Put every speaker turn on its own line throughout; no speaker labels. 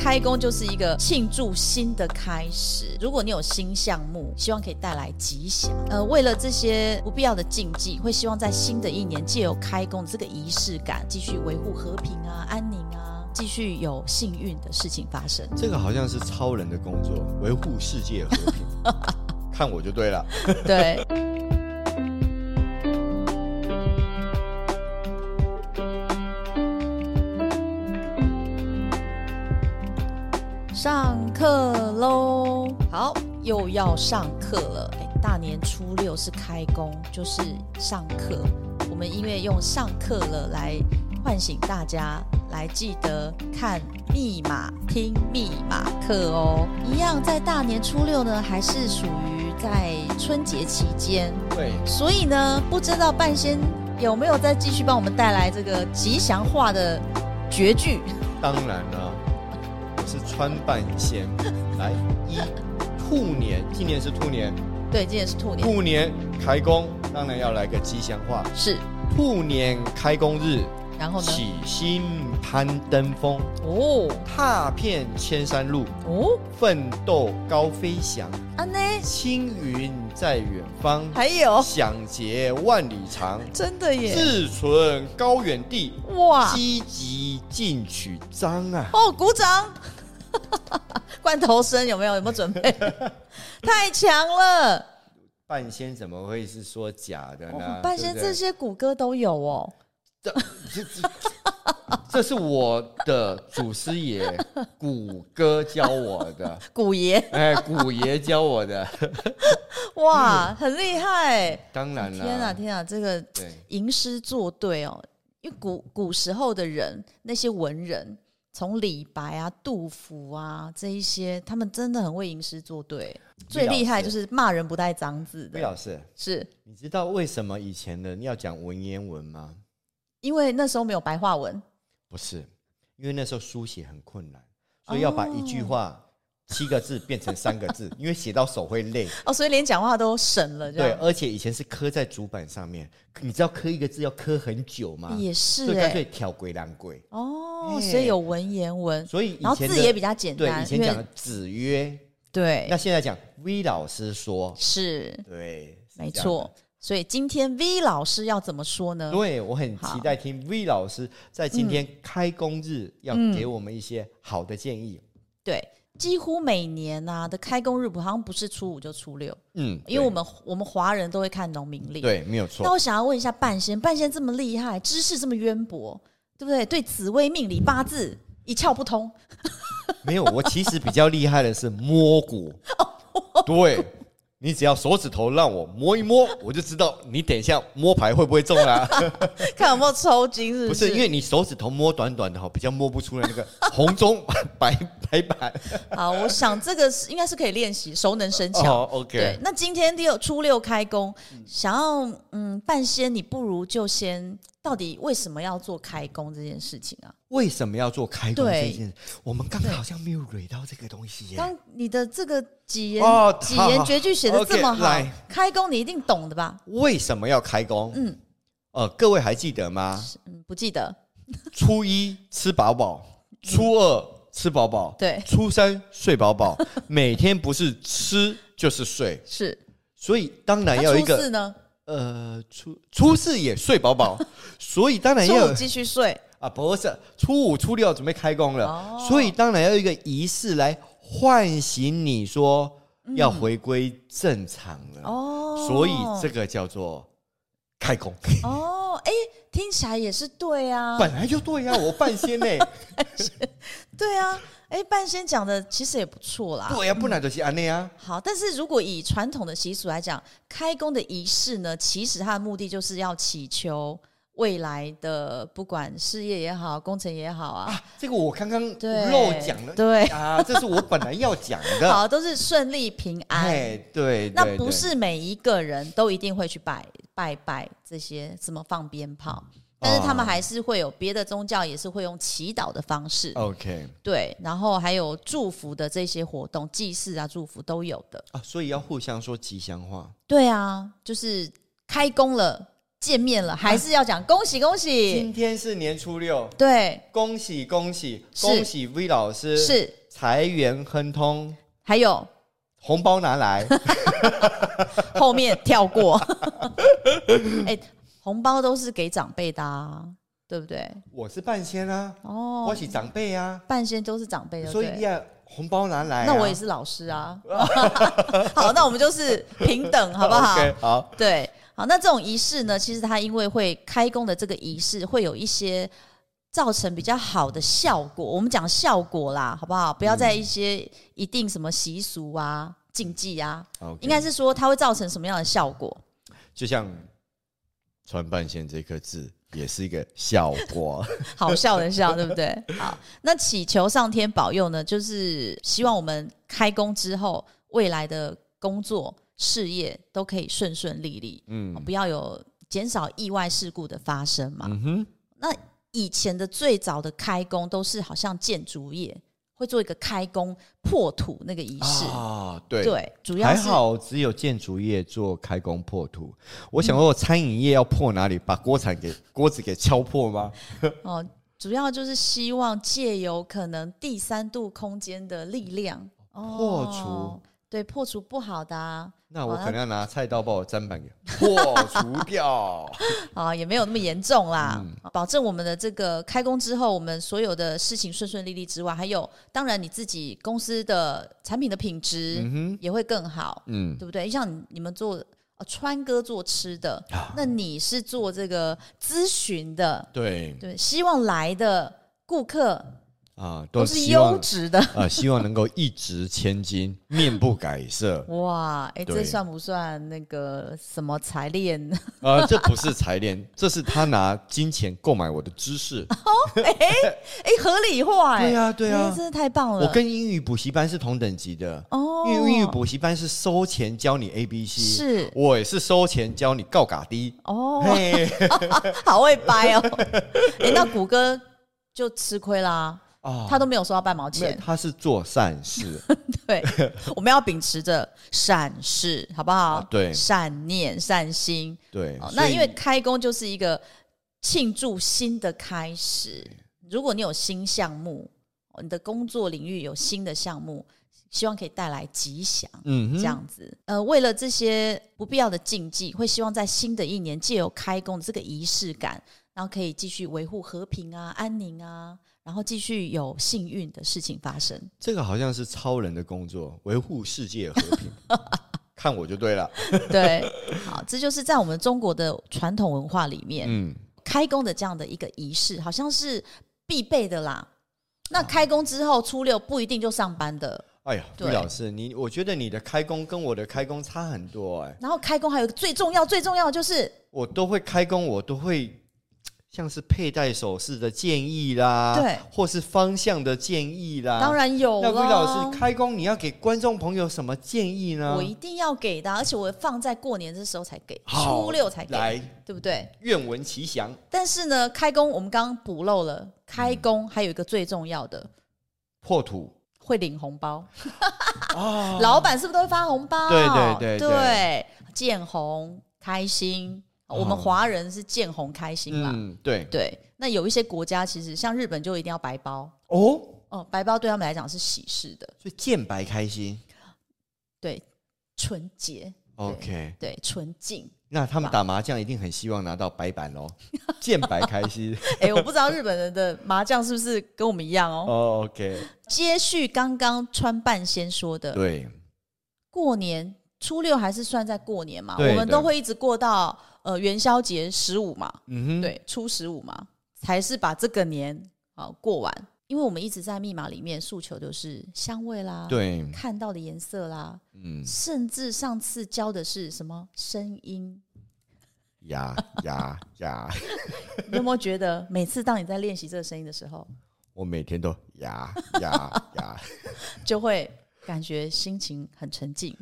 开工就是一个庆祝新的开始。如果你有新项目，希望可以带来吉祥。呃，为了这些不必要的禁忌，会希望在新的一年借由开工这个仪式感，继续维护和平啊、安宁啊，继续有幸运的事情发生。
这个好像是超人的工作，维护世界和 平。看我就对了。
对。上课喽！好，又要上课了。哎，大年初六是开工，就是上课。我们因为用上课了来唤醒大家，来记得看密码、听密码课哦。一样在大年初六呢，还是属于在春节期间，
对，
所以呢，不知道半仙有没有再继续帮我们带来这个吉祥话的绝句？
当然啦、我是川半仙。来，一兔年，今年是兔年，
对，今年是兔年，
兔年开工，当然要来个吉祥话。
是，
兔年开工日，
然后呢？
喜新攀登峰，
哦
踏遍千山路，
哦，
奋斗高飞翔，
安呢？
青云在远方，
还有，
响结万里长，
真的耶！
志存高远地，
哇
积极进取章啊！
哦，鼓掌！ 罐头声有没有？有没有准备？ 太强了！
半仙怎么会是说假的
哦
呢？
半仙
哎对不
这
对
些谷歌都有哦。
这这这是我的祖师爷谷歌教我的，
古爷
哎，古爷教我的，
哇，很厉害！
当然了，
天啊天啊，这个
对，
吟诗作对哦，因为古古时候的人，那些文人，从李白啊、杜甫啊这一些，他们真的很会吟诗作对。最厉害就是骂人不带脏字
魏
的，
老师，
是
你知道为什么以前人要讲文言文吗？
因为那时候没有白话文，
不是，因为那时候书写很困难，所以要把一句
哦
话、七个字变成三个字，因为写到手会累。
哦，所以连讲话都省了，这
对，
样
而且以前是刻在竹板上面，你知道刻一个字要刻很久吗？
也
所
是
以干
哎、
脆挑鬼当鬼。
哦，
哎
所以有文言文，
所以
然
以
后
前
字也比较简
对，
单，
以前讲的子曰，那
对
现在讲 V 老师说，
是
对，是
没
这样
错。所以今天 V 老师要怎么说呢
的。？对，我很
好嗯
期待听 V 老师在今天开工日要给我们一些好的建议。
对，几乎每年啊的开工日好像不是初五就初六，
嗯，
因为
对
我们我们华人都会看农民历。，
对没有
那
错，
我想要问一下半仙，半仙这么厉害，知识这么渊博，对不对？对紫微命理八字一窍不通，
没有。我其实比较厉害的是 摸骨，对。你只要手指头让我摸一摸，我就知道你等一下摸牌会不会中啦、
看有没有抽筋， 是
不
是？
是，因为你手指头摸短短的哈，比较摸不出来那个红中 白白板。
好，我想这个是应该是可以练习，熟能生巧。
哦
对
，OK，，
那今天六初六开工，想要嗯半仙，你不如就先到底为什么要做开工这件事情啊？
为什么要做开工
对
这件事？我们刚刚好像没有蕊到这个东西耶。
刚你的这个几言、
哦
几
好
言
好
绝句写的这
OK，
么好
来
开工你一定懂的吧？
为什么要开工？
嗯
嗯，呃，各位还记得吗？
嗯，不记得，
初一吃饱饱，初二吃饱饱，
对
初三睡饱 饱，每天不是吃就是睡，
是。
所以当然
那
要有一
初
个
四呢？
呃初初四也睡饱 饱，所以当然
初
要
五
有
继续 睡，
啊，不是初五、初六准备开工了，
哦
所以当然要有一个仪式来唤醒你说要回归正常了。
哦，
所以这个叫做开工，
哦，哎、听起来也是对啊，
本来就对呀、我 半仙呢、
对啊，哎、半仙讲的其实也不错啦。
对呀、不然就是安内啊。
好，但是如果以传统的习俗来讲，开工的仪式呢，其实它的目的就是要祈求未来的不管事业也好，工程也好啊，
这个我刚刚
对，
漏讲了，
对，
啊，这是我本来要讲 的。
好，都是顺利平安。
哎，对，
那
啊对
不，是每一个人都一定会去拜拜拜这些什么放鞭炮，但是他们
哦
还是会有别的宗教，也是会用祈祷的方式
对。OK
对，然后还有祝福的这些活动，祭祀啊、祝福都有的。
啊，所以要互相说吉祥话。
对啊，就是开工了，见面了，还是要讲恭喜恭
今
喜。
天是年初六，
对，
恭喜恭喜
是
恭喜 V 老师，
是，
财源亨通，
还有
红包 拿来。
后面跳 过。哎、红包都是给长辈的、啊，对不对？
我是半仙啊，
哦
我，是长辈啊，
半仙都是长辈的，
所以你
对。
要红包拿来啊。
那我也是老师啊。 好，那我们就是平等，好不好
OK，好。
对，好，那这种仪式呢，其实它因为会开工的这个仪式会有一些造成比较好的效果。我们讲效果啦，好不好？不要在一些一定什么习俗啊、禁忌啊，
OK
应该是说它会造成什么样的效果？
就像“穿半仙”这颗字，也是一个效 果。
好笑的笑，对不对？好，那祈求上天保佑呢，就是希望我们开工之后，未来的工作事业都可以顺顺利利，
嗯
不要有减少意外事故的发生嘛。
嗯哼，
那以前的最早的开工都是好像建筑业会做一个开工破土那个仪式，
啊，对。
对，主要
还
是
好，只有建筑业做开工破土。
嗯
我想说，餐饮业要破哪里？把锅铲给 锅子给敲破吗？
哦，主要就是希望借由可能第三度空间的力量
破除
哦对破除不好的啊，
那
好
我
那
可能要拿菜刀把我砧 板给破除掉。
啊，也没有那么严重啦。
嗯
啊保证我们的这个开工之后，我们所有的事情顺顺利利之外，还有当然你自己公司的产品的品质也会更好，
嗯，
对不对？像你你们做呃川哥做吃的，
啊
那你是做这个咨询的，
对
对，希望来的顾客
啊，
都是
希
优
望
质的。
啊，希望能够一掷千金，面不改色。
哇，哎、这
对
算不算那个什么财链？
啊，这不是财链， 这是他拿金钱购买我的知识。
哎、合理化、 哎，
对啊对啊
哎真的太棒了。
我跟英语补习班是同等级的，
哦，
因为英语补习班是收钱教你 A B C，
是
我也是收钱教你告嘎低。
哦，
嘿，
好会掰哦。 哎、那谷歌就吃亏啦，
哦
他都没有收到半毛
没有
钱。
他是做善 事，
对，我们要秉持着善事，好不好？
啊对
善念、善心。
对
哦，，那
所以
因为开工就是一个庆祝新的开始。如果你有新项目，哦你的工作领域有新的项目，希望可以带来吉祥。
嗯
这
哼，
样子，呃，为了这些不必要的禁忌，会希望在新的一年借由开工的这个仪式感，然后可以继续维护和平啊、安宁啊，然后继续有幸运的事情发 生。
这个好像是超人的工作，维护世界和 平。看我就对了，
对，好，这就是在我们中国的传统文化里面，
嗯，
开工的这样的一个仪式，好像是必备的啦。那开工之后，初六不一定就上班的。
哎呀，
对
魏老师，你我觉得你的开工跟我的开工差很多哎、
然后开工还有一个最重要、最重要的就是
我都会开工，我都会嘖像是佩戴首饰的建议啦，
对，
或是方向的建议啦。
当，然有
啊那
了。
魏老师开工你要给观众朋友什么建议呢？
我一定要给的啊，而且我放在过年这时候才给，
好
初六才给，
来，
对不对？
愿闻其详。
但是呢，开工我们刚刚补漏了，开
嗯
工还有一个最重要的，
破土
会领红 包，
啊，
老板是不是都会发红包？
对对对
对
对
见红开心，
哦
我们华人是见红开心嘛？
嗯，对，
对，那有一些国家其实像日本就一定要白包
哦，
哦，白包对他们来讲是喜事的，
所以见白开心。
对，纯洁，
OK，
对，纯净。
那他们打麻将一定很希望拿到白板 喽，见白开心。
哎、我不知道日本人的麻将是不是跟我们一样哦
哦，OK，
接续刚刚川半仙说的，
对，
过年初六还是算在过年嘛，
对
我们
对
都会一直过到呃元宵节十五嘛，
嗯哼，，
对，初十五嘛，才是把这个年啊、过完。因为我们一直在密码里面诉求就是香味啦，，
对，
看到的颜色啦，
嗯，
甚至上次教的是什么声音，
呀呀呀，
你有没有觉得每次当你在练习这个声音的时候，
我每天都呀呀呀。
就会感觉心情很沉静，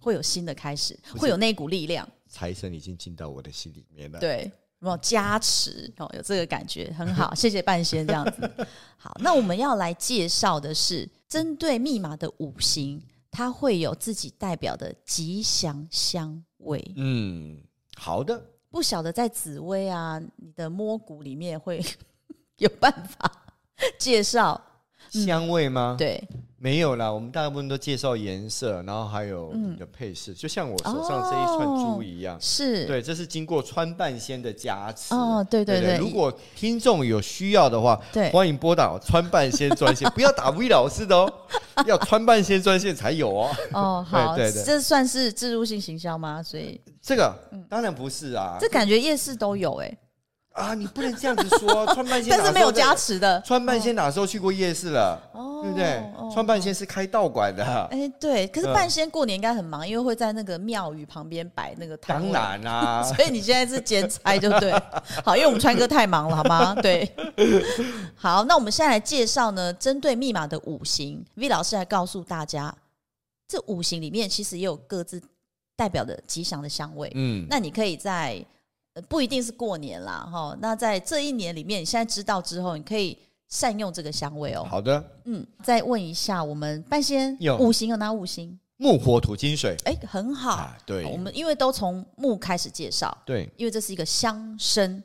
会有新的开始，
是
会有那股力量。
财神已经进到我的心里面了。，
对，有没有加持？哦，有这个感觉，很好，谢谢半仙这样子。好，那我们要来介绍的是针对密码的五行，它会有自己代表的吉祥香味。
嗯，好的，
不晓得在紫薇啊，你的摸骨里面会 有办法 介绍。
香味
嗯
吗？，
对，
没有啦，我们大部分都介绍颜色，然后还有
嗯哦
你的配饰，就像我手上这一串珠一样。
是，
对，这是经过川半仙的加持。
哦对对
对
对
如果听众有需要的话，
对
欢迎拨打川半仙 专线，不要打 V 老师的哦，要川半仙专线才有哦。
哦，好，
对对
这算是植入性行销吗？所以
这个当然不是
嗯
啊，
这感觉夜市都有哎、
啊，你不能这样子 说啊，川半仙
但是没有加
加。
持的。
川半仙哪时候去过夜市了？
哦
对不对？川
穿
半仙是开道馆的，
哎、对，可是
嗯
半仙过年应该很忙，因为会在那个庙宇旁边摆那个摊
当
位。
然 啦、
所以你现在是兼差就对，好，因为我们川哥太忙了，好吗？对，好，那我们现在来介绍呢，针对密码的五行，V 老师来告诉大家，这五行里面其实也有各自代表的吉祥的香味。
嗯，
那你可以在呃不一定是过年啦，哈，那在这一年里面，你现在知道之后，你可以善用这个香味哦。
好的，
嗯，再问一下，我们半仙
有
五行有哪五行？
木火土金水
哎、很好，
啊，对
我们因为都从木开始介绍。
对，
因为这是一个相生。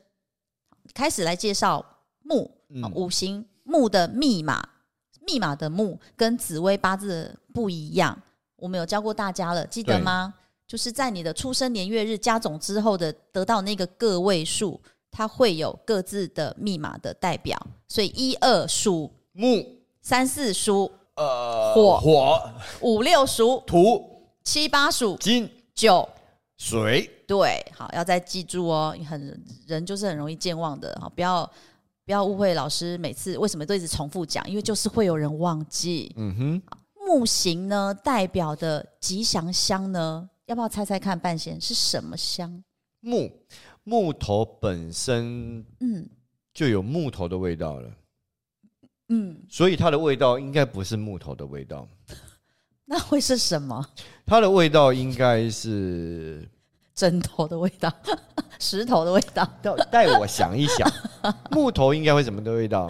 开始来介绍木、
嗯
啊五行木的密码，密码的木跟紫微八字不一样，我们有教过大家了，记得
对
吗？就是在你的出生年月日加总之后的得到那个个位数，它会有各自的密码的代表，所以一二属，
木
三四属，
呃
火
火
五六属，
土
七八属，
金
九
水，
对，好，要再记住哦，你很人就是很容易健忘的，好，不要不要误会老师每次为什么都一直重复讲，因为就是会有人忘记。
嗯哼，
木型呢代表的吉祥香呢，要不要猜猜看半仙是什么香？
木木头本身
嗯
就有木头的味道了，
嗯，
所以它的味道应该不是木头的味道，
那会是什么？
它的味道应该是
枕头的味道， 石头的味道。
带带我想一 想，木头应该会什么的味道？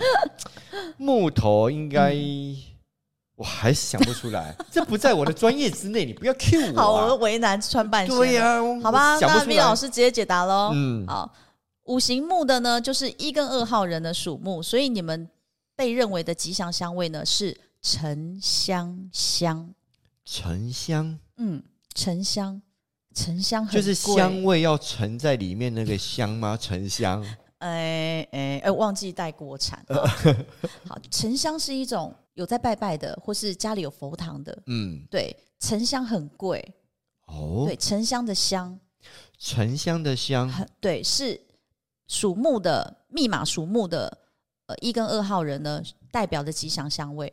木头应该、
嗯
我还是想不出来，这不在我的专业之内，你不要 cue 我、
好，我
啊。
为难穿半仙了。
对呀、
好吧
我，想不
那
出
V
来。
老师直接解答喽。
嗯，
好，啊五行木的呢，就是一跟二号人的属木，所以你们被认为的吉祥香味呢是沉香香。
沉香
嗯，沉香，沉香很
就是
贵
香。味要沉在里面那个香吗？沉香
哎哎哎，忘记带国产。
呃
好，沉香是一种有在拜拜的，或是家里有佛堂的。
嗯
对，沉香很贵。
哦
对，，沉香的香，
沉香的香
很对，是属木的密码属木的。呃，一跟二号人呢，代表的吉祥香味。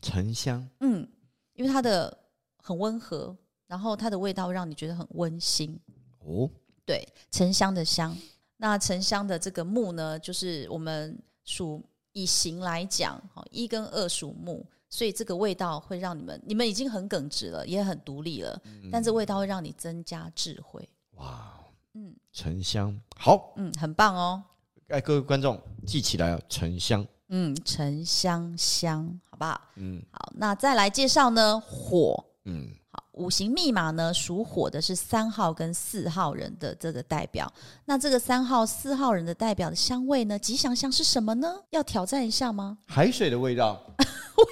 沉香
嗯，因为它的很温和，然后它的味道让你觉得很温馨。
哦，
对，沉香的香。那沉香的这个木呢，就是我们属以形来讲，好一跟二属木，所以这个味道会让你们，你们已经很耿直了，也很独立了，但这味道会让你增加智慧。
哇，
嗯
沉香好，
嗯，很棒哦。
哎，各位观众记起来哦，沉香，
嗯，沉香香，好不好？
嗯
好，那再来介绍呢，火。
嗯，
好，五行密码呢，属火的是三号跟四号人的这个代表。那这个三号、四号人的代表的香味呢，吉祥香是什么呢？要挑战一下吗？
海水的味道。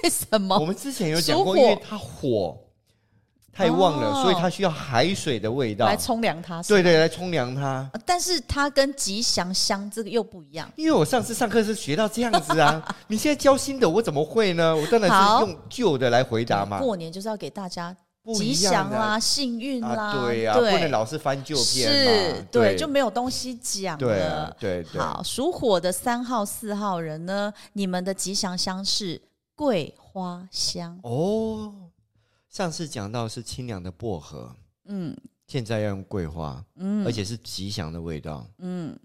为什
我
么？
们之前有讲
属
过，
火
因为它火太旺了，
哦
所以它需要海水的味道
来，冲凉它是吗
对对，来冲凉它。
呃但是它跟吉祥香这个又不一样。
因为我上次上课是学到这样子 啊，你现在教新的，我怎么会呢？我当然
好
是用旧的来回答嘛，
过年就是要给大家
不
吉
一
祥
样啊的
啦、幸运啦，
啊，对呀，不能老是翻旧片嘛
是，，对，就没有东西讲
对
了
啊。对对，
好，属火的三号、四号人呢，你们的吉祥香是桂花香。
哦，上次讲到是清凉的薄荷，
嗯
现在要用桂花，
嗯，
而且是吉祥的味道，
嗯，
呃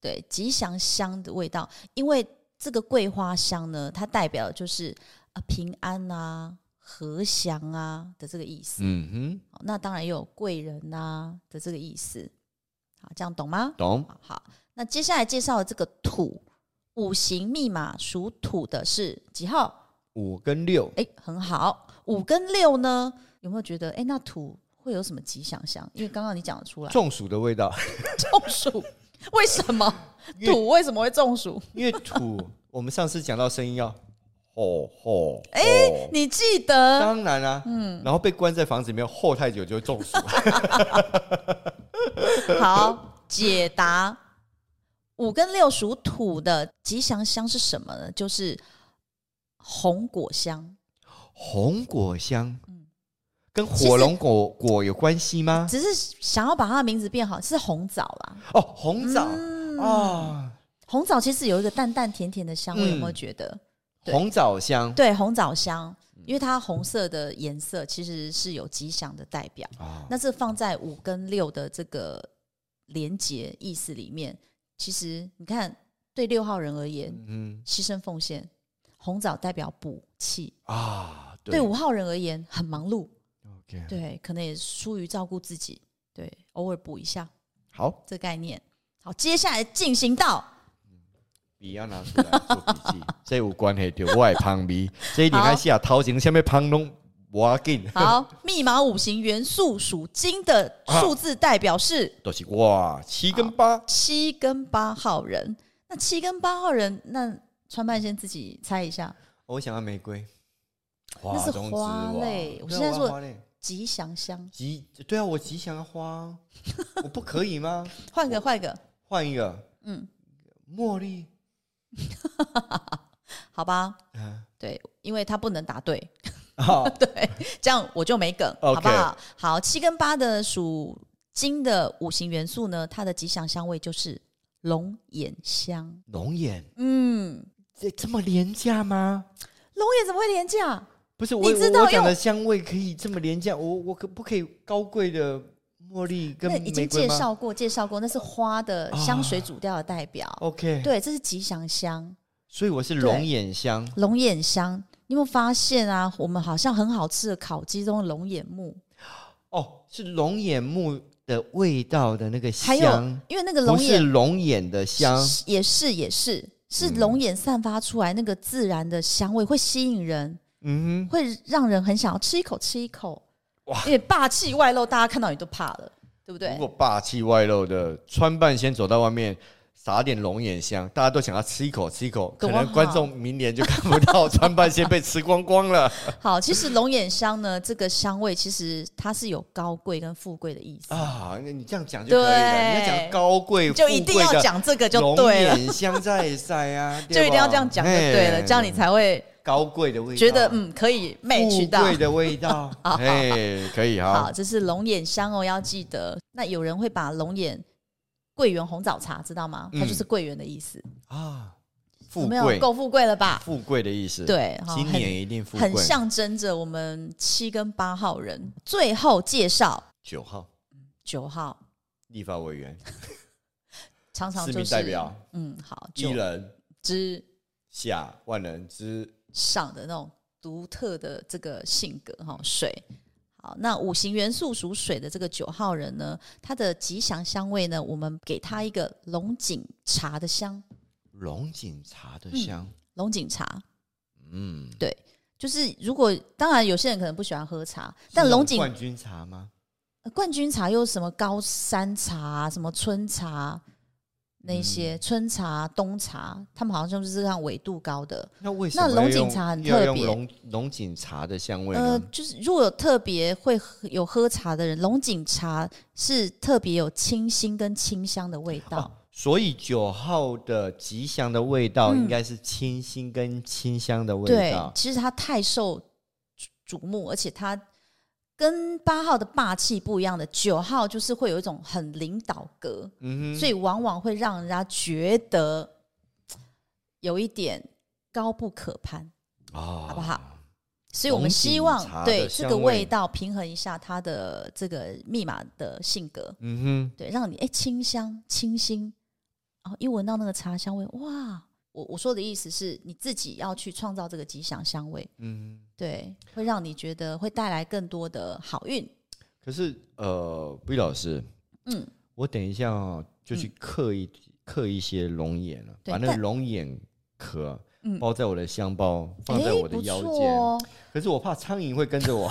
对，吉祥香的味道，因为这个桂花香呢，它代表的就是呃平安啊、和祥啊的这个意思。
嗯
好那当然也有贵人呐、的这个意思。好，这样懂吗
哼，？懂，
好好，那接下来介绍的这个土五行密码属土的是几号？
五跟六
哎，很好，五跟六呢，有没有觉得哎，那土会会有什么吉祥香？因为刚刚你讲得出来，
中暑的味道，
中暑为什么
因为
土为什么会中暑？
因为土， 我们上次讲到声音要吼吼，哎、
你记得
当然啊，嗯，然后被关在房子里面吼太久就 会中暑，
好解答五跟六属土的吉祥香是什么呢？就是红果香，
红果香，跟
嗯其实
火龙果果有关系吗？
只是想要把它的名字变好，是红枣啦。
哦，红枣啊、
嗯
啊
红枣其实有一个淡淡甜甜的香味，
嗯
有没有觉得？对
红枣香
对，红枣香，因为它红色的颜色其实是有吉祥的代表。
啊，
那这放在五跟六的这个连结意思里面，其实你看，对六号人而言，
嗯
牺牲奉献，红枣代表补气；
啊，
对五号人而言，很忙碌，
，OK，
对，可能也疏于照顾自己，对，偶尔补一下
好，
这概念。好，接下来进行到
笔要拿出来做笔记，这有关系就我的旁边，这一 点开始啊，头前下面旁拢无要紧，
好，密码五行元素属金的数字代表是
都是哇七跟八，
七跟八号人。那七跟八号人，那川半先自己猜一下，
我想要玫瑰，
那是
中之
花
王
类我
对
现
啊
在
要
说
花类
吉祥香，
吉，对啊，我吉祥的花啊，我不可 以吗？
换个换个，
换一个
嗯，
茉莉，
好吧，
啊
对，因为他不能答对，
啊，
对，这样我就没梗
OK
好不好？好，七跟八的属金的五行元素呢，它的吉祥香味就是龙眼香。
龙眼，
嗯，
这这么廉价吗？
龙眼怎么会廉价？
不是
你
我我
知道
我讲
用
的香味可以这么廉价，我我可不可以高贵的茉莉跟
那
玫瑰吗
已经介绍过，介绍过，那是花的香水主调的代表。
OK，
啊对，这是吉祥香，
所以我是龙眼香
龙眼香。你有没有发现啊？我们好像很好吃的烤鸡中的龙眼木，
哦，是龙眼木的味道的那个
还有
香，
因为那个
不
龙
是
眼
龙眼的香嗯
是也是也是是龙眼散发出来那个自然的香味，会吸引人，
嗯哼，
会让人很想要吃一口吃一口。
哇
因为霸气外露，大家看到你都怕了，对不对
如？果霸气外露的川半仙走到外面。撒点龙眼香，大家都想要吃一口，吃一口，可
多
能观
好
众明年就看不到川半仙被吃光光 了。
好，其实龙眼香呢，这个香味其实它是有高贵跟富贵的意思，
啊，那你这样讲就可以了。你要
对
讲高贵，
就一定
富贵
要
的
讲这个 就
龙
对了，
眼香在晒啊，
就一定要这样讲就对了，
嘿
这样你才会
高贵的味道，
觉得嗯可以 match 到
啊富。贵的 味道，哎，可以
好，
哈。
这是龙眼香哦，要记得。那有人会把龙眼桂圆红枣茶知道吗？它
嗯
就是桂圆的意思，
啊，
有
富
没有
贵，
够富贵了吧？
富贵的意思。，
对，好
今
很
年一定富贵。
很象征着我们七跟八号人。最后介绍
九号
九号，
立法委员、
常常
市
就
民
是
代表、
嗯，好，
一
九
人
之
下万人之
上的那种独特的这个性格哈、水。好，那五行元素属水的这个九号人呢，他的吉祥香味呢，我们给他一个龙井茶的香，
龙井茶的香。
龙井茶。
嗯，
就是如果当然有些人可能不喜欢喝茶，但龙
是
井
冠军茶吗？
呃冠军茶又什么高山茶、啊什么春茶那些、春茶、冬茶，他们好像就是这样纬度高的。
那为什么
那龙
要
井
用
茶很
要
特
用
别
龙龙井茶的香味
呃
呢？，
就是如果有特别会喝有喝茶的人，龙井茶是特别有清新跟清香的味 道。
哦所以九号的吉祥的味道
嗯
应该是清新跟清香的味
对
道，。
其实它太受瞩目，而且它跟八号的霸气不一样的，九号就是会有一种很领导格，
嗯哼，
所以往往会让人家觉得有一点高不可攀，
啊
好不好？所以我们
龙井
希望
茶
对
的
这
香
个味
味
道平衡一下它的这个密码的性格，
嗯
对，让你哎清香清新，然后一闻到那个茶香味，哇！我我说的意思是你自己要去创造这个吉祥香味
哼，，嗯。
对，会让你觉得会带来更多的好运。
可是呃，毕老师，
嗯，
我等一下、哦、就去刻一、刻一些龙眼了，
对
把那个
但
龙眼壳啊
嗯
包在我的香包，放在
诶
我的
不
腰
错
间。
哦，
可是我怕苍蝇会跟着我，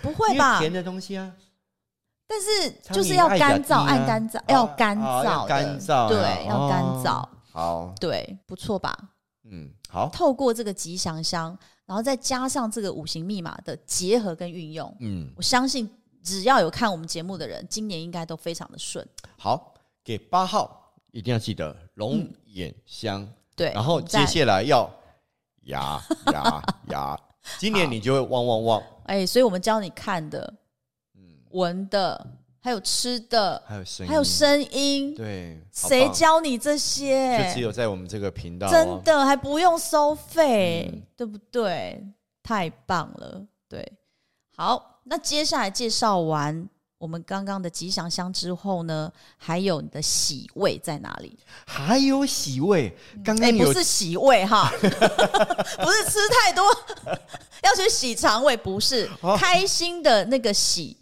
不
因
会
为
吧？
甜的东西啊，
但是
苍
就是
蝇
要
爱甲
干燥，
基
按
啊
干燥
哦，
要干
哦
燥
要
的，
干燥啊
对，要干
哦
燥，
好，
对，不错吧？
嗯，好，
透过这个吉祥箱，然后再加上这个五行密码的结合跟运用，
嗯，
我相信只要有看我们节目的人，今年应该都非常的顺。
好，给八号一定要记得
嗯
龙眼香，
对，
然后接
在
下来要牙牙牙，今年你就会汪汪汪，
哎，所以我们教你看的、
嗯，
闻的，还有吃的，
还有声音，
还有声音，
对，好
谁
棒
教你这
就只
些？
有在我们这个频道、哦，
真的还不用收费，
嗯
对不对？太棒了，对。好，那接下来介绍完我们刚刚的吉祥箱之后呢，还有你的喜味在哪里？
还有喜味，刚
哎、
刚有
不是洗胃 哈，不是吃太多 要去洗肠胃，不是、
哦
开心的那个洗。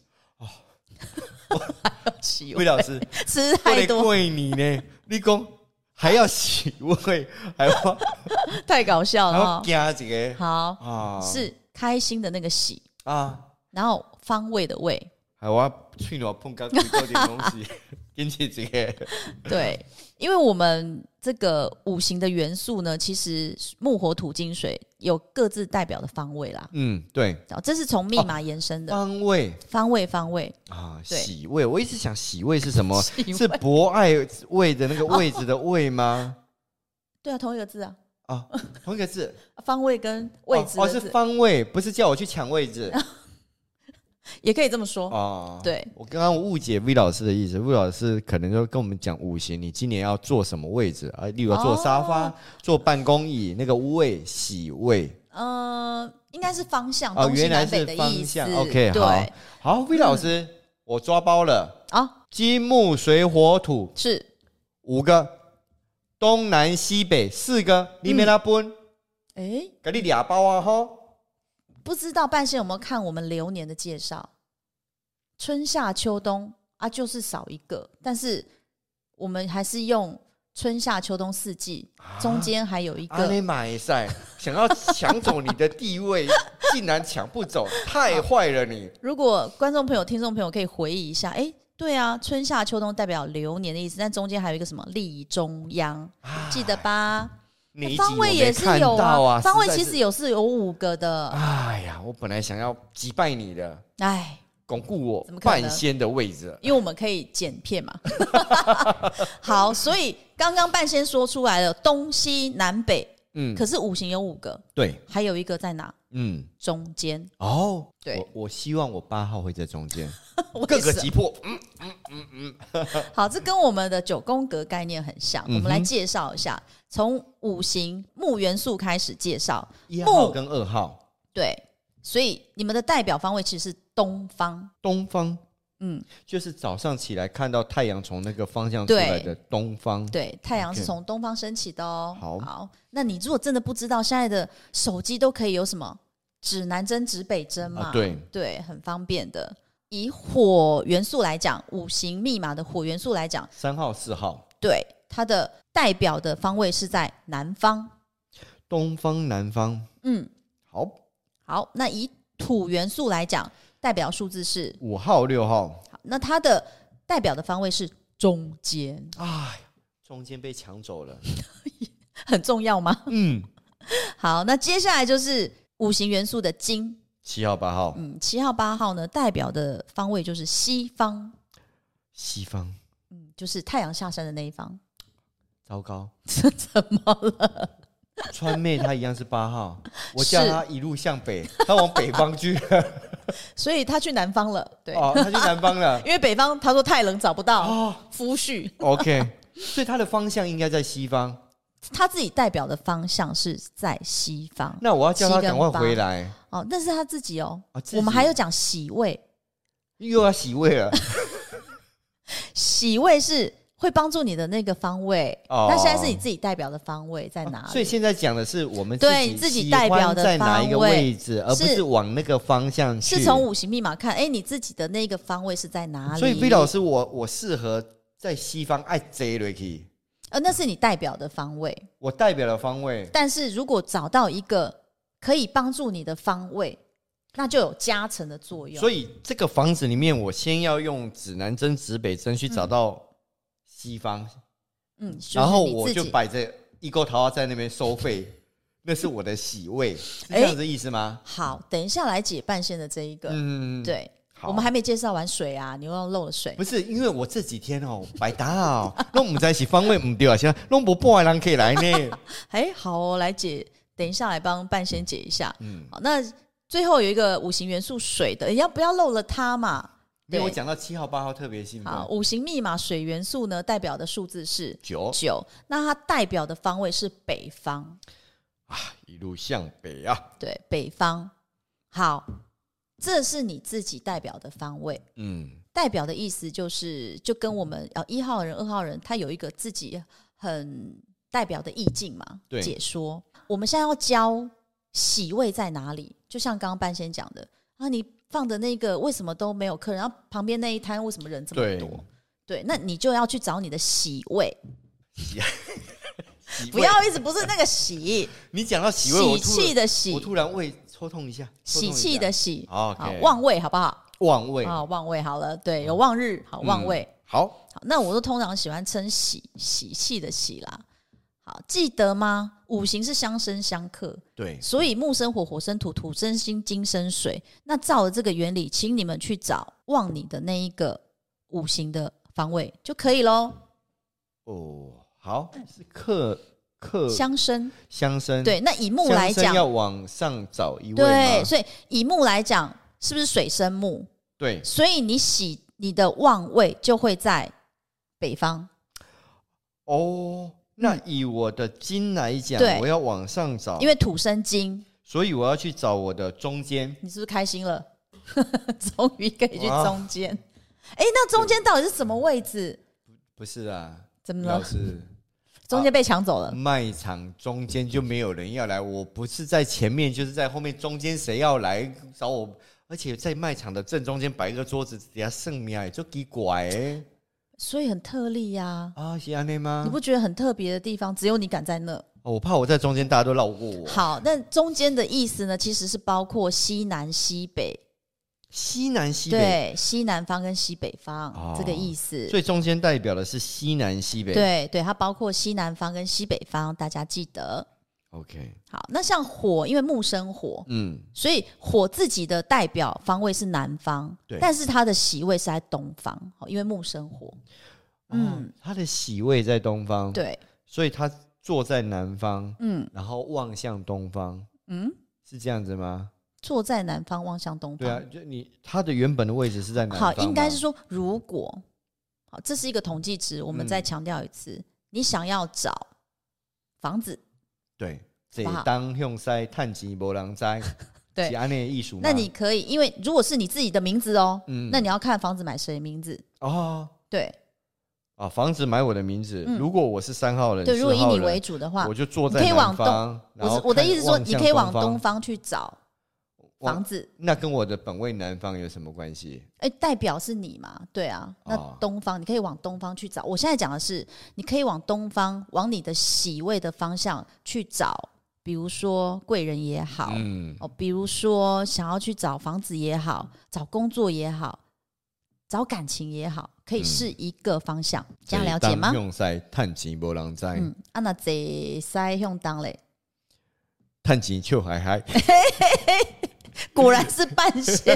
还有洗
魏
胃，
老师，
吃
我
太
来
多
怪你呢，你讲还要喜 味，还要
太搞笑
还
了
要
哈。
加一个
好，
啊，
是开心的那个喜，
啊，
然后方位的位，
还有我脆弱碰到几个点东 西，跟起一个
对，因为我们这个五行的元素呢，其实木火土金水有各自代表的方位啦。
嗯，对，
哦，这是从密码延伸的、
方位
方位方位，
啊，
对
喜味，我一直想喜味是 什么？
喜味
哦是博爱位的那个位置的 位吗？
对啊，同一个字啊，
啊，同一个字，
方位跟位置
哦哦
的
是
字
方位，不是叫我去抢位 置
也可以这么说。
哦。
对，
我刚刚误解 V 老师的意思，V 老师可能就跟我们讲五行，你今年要坐什么位置啊？例如要坐沙发、
哦
坐办公椅，那个位喜位。
嗯，应该是方向，
哦，
东西
原来
南北
是
的
方
意思。
向。OK，好
对，，
好，V 老师，我抓包了，
啊，
金木水火土
是
五个，东南西北四个，你没拉
嗯
分，
诶，
给你俩包啊吼。
不知道半仙有没有看我们流年的介绍？春夏秋冬啊，就是少一个，但是我们还是用春夏秋冬四季，
啊
中间还有一
阿
个。
内马也赛想要抢走你的 地位，竟然抢不走，太坏了你！
如果观众朋友、听众朋友可以回忆一下，诶，对啊，春夏秋冬代表流年的意思，但中间还有一个什么立中央，
啊
记得吧？
你一集
方
我
位
没
也是
看
有
到啊，
方位
实在
其
是
实有是有五个的，
哎呀，我本来想要击败你的，
哎，
巩固我
怎么可能
半仙的位置。
因为我们可以剪片嘛。 好，所以刚刚半仙说出来了，东西南北，
嗯，
可是五行有五个，
对，
还有一个在哪？
嗯，
中间。
哦，
对
我我希望我八号会在中间，
我
各
也
个
是啊
击破。嗯
好，这跟我们的九宫格概念很像。
嗯哼
我们来介绍一下，从五行木元素开始介绍。
一号跟二
哦
号，
对，所以你们的代表方位其实是东方。
东方
嗯，
就是早上起来看到太阳从那个方向出来的东方。
对，太阳是
嗯 OK
从东方升起的哦。
好
那你如果真的不知道，现在的手机都可以有什么指南针、指北针嘛？
啊，对，
对，很方便的。以火元素来讲，五行密码的火元素来讲，
三号、四号，
对它的代表的方位是在南方。
东方、南方。
嗯，
好，
好，那以土元素来讲，代表数字是
五号、六号，
好，那它的代表的方位是中间，
哎，中间被抢走了。
很重要吗？
嗯，
好，那接下来就是五行元素的金，
七号、八号，
嗯，七号、八号呢，代表的方位就是西方，
西方，
嗯，就是太阳下山的那一方。
糟糕。
这 怎么了？
川妹她一样是八号，我
是
叫她一路向北，她往北方去了，
所以他去南方了， 对，
哦，她去南方了。
因为北方他说太冷找不到
哦
夫婿，
，OK，所以她的方向应该在西方。
他自己代表的方向是在西方
那我要叫她
西跟
赶快回来，
哦，那是他自己哦。
啊自己
我们还有讲喜位，
又要洗胃了。
喜位是会帮助你的那个方位，
哦
那现在是你自己代表的方位在哪里？
所以现在讲的是我们
对
自
自己
喜
代
欢
表的
在哪一个
方位
位置，而不
是
是往那个方向去。
是从五行密码看，哎，你自己的那个方位是在哪里？
所以 V 老师，我我适合在西方爱 J 瑞 k
呃，那是你代表的方位。
我代表的方位
但是如果找到一个可以帮助你的方位，那就有加成的作用。
所
以
以这个房子里面，我先要用指南针、指北针去找到西方，
嗯，就是
然后
你
我
自
就
己
摆着一钩桃花在那边收费，那是我的喜 味，是这样子的意思吗？
好，等一下来解半仙的这一个，
嗯，，
呃对。
好
我们还没介绍完水啊，牛肉漏的水
不，是因为我这几天哦，百搭哦，那我们在一起方位唔对啊，现在弄不破的人可 以来呢，
哎，好、哦，来解，等一下来帮半仙解一下。
嗯，
好，那最后有一个五行元素水的，你要不要漏了它嘛？
因为我
对
讲到七号八号特别兴奋，
好，五行密码水元素呢，代表的数字是
九
九，那它代表的方位是北方，
一路向北啊，
对，北方。好，这是你自己代表的方位，
嗯，
代表的意思就是，就跟我们呃一号人、二号人，他有一个自己很代表的意境嘛，
对
解说。我们现在要教喜位在哪里，就像刚刚半仙讲的，啊，你放的那个为什么都没有客人，然后旁边那一摊为什么人这么
对，
多？对，那你就要去找你的喜位，
喜味
不要一直不是那个喜，
你讲到喜味，我
喜
突
气
然
的
我
喜，
突然胃抽痛一下，抽
喜
痛一下哦
气的喜，
OK
好旺位好不好？
旺味，
啊，旺位好了，对，有旺日，好旺
嗯
位。
好，
好，那我都通常喜欢称喜喜气的喜啦。好，记得吗？五行是相生相克，
对，
所以木生火，火生土，土生金，金生水。那照了这个原理，请你们去找旺你的那一个五行的方位就可以喽。
哦，好，是克克
相生，
相生，
对，那以木
嗯相
来
生
讲，
要往上找一位
对，
吗
所以以木来讲，是不是水生木？
对，
所以你喜你的旺位就会在北方，
哦，那以我的金来讲
对，
我要往上找，
嗯因为土生金，
所以我要去找我的中间，
你是不是开心了？ 终于可以去
哇
中间。哎、那中间到底是什么位置？
不是啊，
怎么
老
了？
师，
中间被抢走了。
卖场中间就没有人要来，我不是在前面，就是在后面，中间谁要来找我？而且在卖场的正中间摆一个桌子，底下剩面就奇怪欸
所以很特例呀、
啊，是安内吗
你？不觉得很特别的地方，只有你敢在那？
哦我怕我在中间大家都绕过我。
好，那中间的意思呢，其实是包括西南、西北，
西南西北，
对，西南方跟西北方、
哦
这个意思。
最中间代表的是西南西北。
对对，它包括西南方跟西北方，大家记得。
，OK，
好，那像火，因为木生火，
嗯，
所以火自己的代表方位是南方
对，
但是它的席位是在东方，哦因为木生火。嗯
嗯，他的喜位在东方，，
对，
所以他坐在南方，
嗯
然后望向东方，
嗯，
是这样子吗？
坐在南方望向东
对啊
方。，
就你他的原本的位置是在南
好
方，，
应该是。说如果好，这是一个统计值，我
嗯
们再强调一次，你想要找房子，
对，这
好不好
当用塞探及博狼灾，
对
是安内艺术吗。
那你可以，因为如果是你自己的名字哦，
嗯
那你要看房子买谁的名字。
哦
对
啊，房子买我的名字，
嗯
如果我是三号人，
对，如果以
四号
你
人
为主的话
我，就坐在
你可以
南
往
方。
我
然后
是我的
看
意思是说，
望
你
向
可以往
方
东方去找
往
房子。
那跟我的本位南方有什么关系？
哎、代表是你嘛？对啊，那
哦
东方、你可以往东方去找。我现在讲的是，你可以往东方，往你的喜位的方向去找，比如说贵人也好，
嗯，
哦，比如说想要去找房子也好，找工作也好，找感情也好，可以
嗯
是一个方向。这样
所以
了解吗
当？用哎塞探及博狼灾，
嗯，啊那这塞用当嘞，
探及就 还还。
果然是半仙，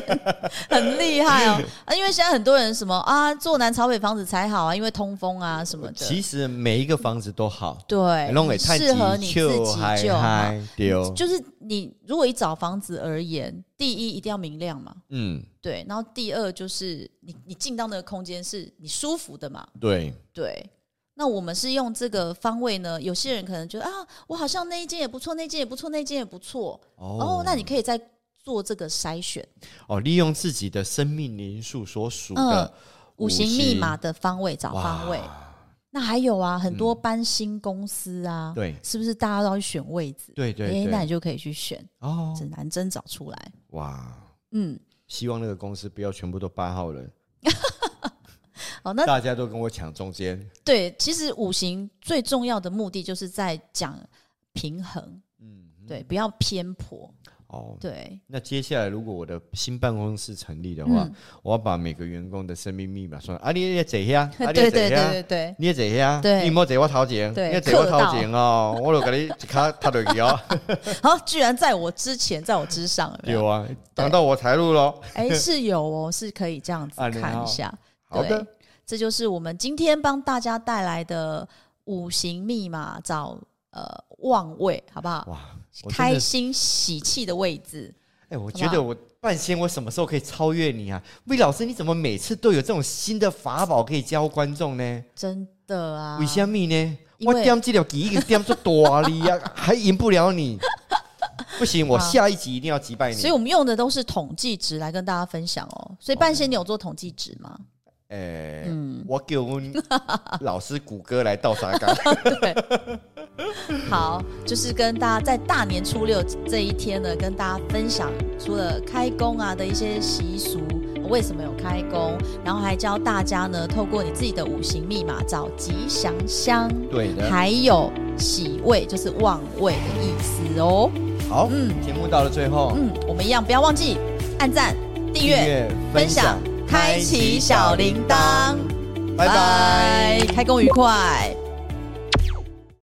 很厉害哦。啊，因为现在很多人什么啊，坐南朝北房子才好啊，因为通风啊什么的。
其实每一个房子都好，
对，
弄给探
适合你
及
自
就
己
还哦
就好。
还丢。
就是你如果以找房子而言，第一一定要明亮嘛，
嗯，
对。然后第二就是你你进到那个空间是你舒服的嘛，
对，
对。那我们是用这个方位呢，有些人可能觉得啊，我好像那一间也不错，那一间也不错，那一间也不错。哦，那你可以再做这个筛选，
哦，利用自己的生命灵数所属
嗯
的
五行密码的方位找
哇嗯
方位。那还有啊，很多搬新公司啊，
对
是不是大家都要去选位置？
对对
诶
对
那你就可以去选
哦，
指南针找出来。
哇！
嗯，
希望那个公司不要全部都八号人，
好，那
大家都跟我抢中间。
对，其实五行最重要的目的就是在讲平衡，
嗯，
对，不要偏颇。
哦，
对，
那接下来如果我的新办公室成立的话，
嗯，
我要把每个员工的生命密码说，啊，你也这样，
对
啊，你
对
也这
对
样。
对对，
你也这样，
对
你莫坐我头前，
对
你也坐我头前哦，我就给你一卡踏落去哦。
好，居然在我之前，在我之上，有没有
有啊，挡到我财路喽。
哎，是有哦，是可以这样子
啊你
看
好
一下。
好的
对，这就是我们今天帮大家带来的五行密码找呃旺位，好不好？
哇，我真
开
的
心喜气的位置，
哎、
不
我觉得
好
我半仙，我什么时候可以超越你啊？魏老师，你怎么每次都有这种新的法宝可以教观众呢？
真的啊
为。什么呢？
因
我
为
点这条棋已经点出大力啊， 还赢不了你。 不行，我
好
下一集一定要击败你
啊所以。我们用的都是统计值来跟大家分享哦。所以半仙，你有做统计值吗？
哎、
嗯
我给我们老师谷歌来倒沙 缸。
好，就是跟大家在大年初六这一天呢，跟大家分享除了开工啊的一些习俗，为什么有开工，然后还教大家呢，透过你自己的五行密码找吉祥箱，
对的，
还有喜位，就是旺位的意思哦。
好，
嗯
节目到了最后，
嗯，我们一样不要忘记按赞、订阅、分享、开启小铃铛，
拜拜。
开工愉快。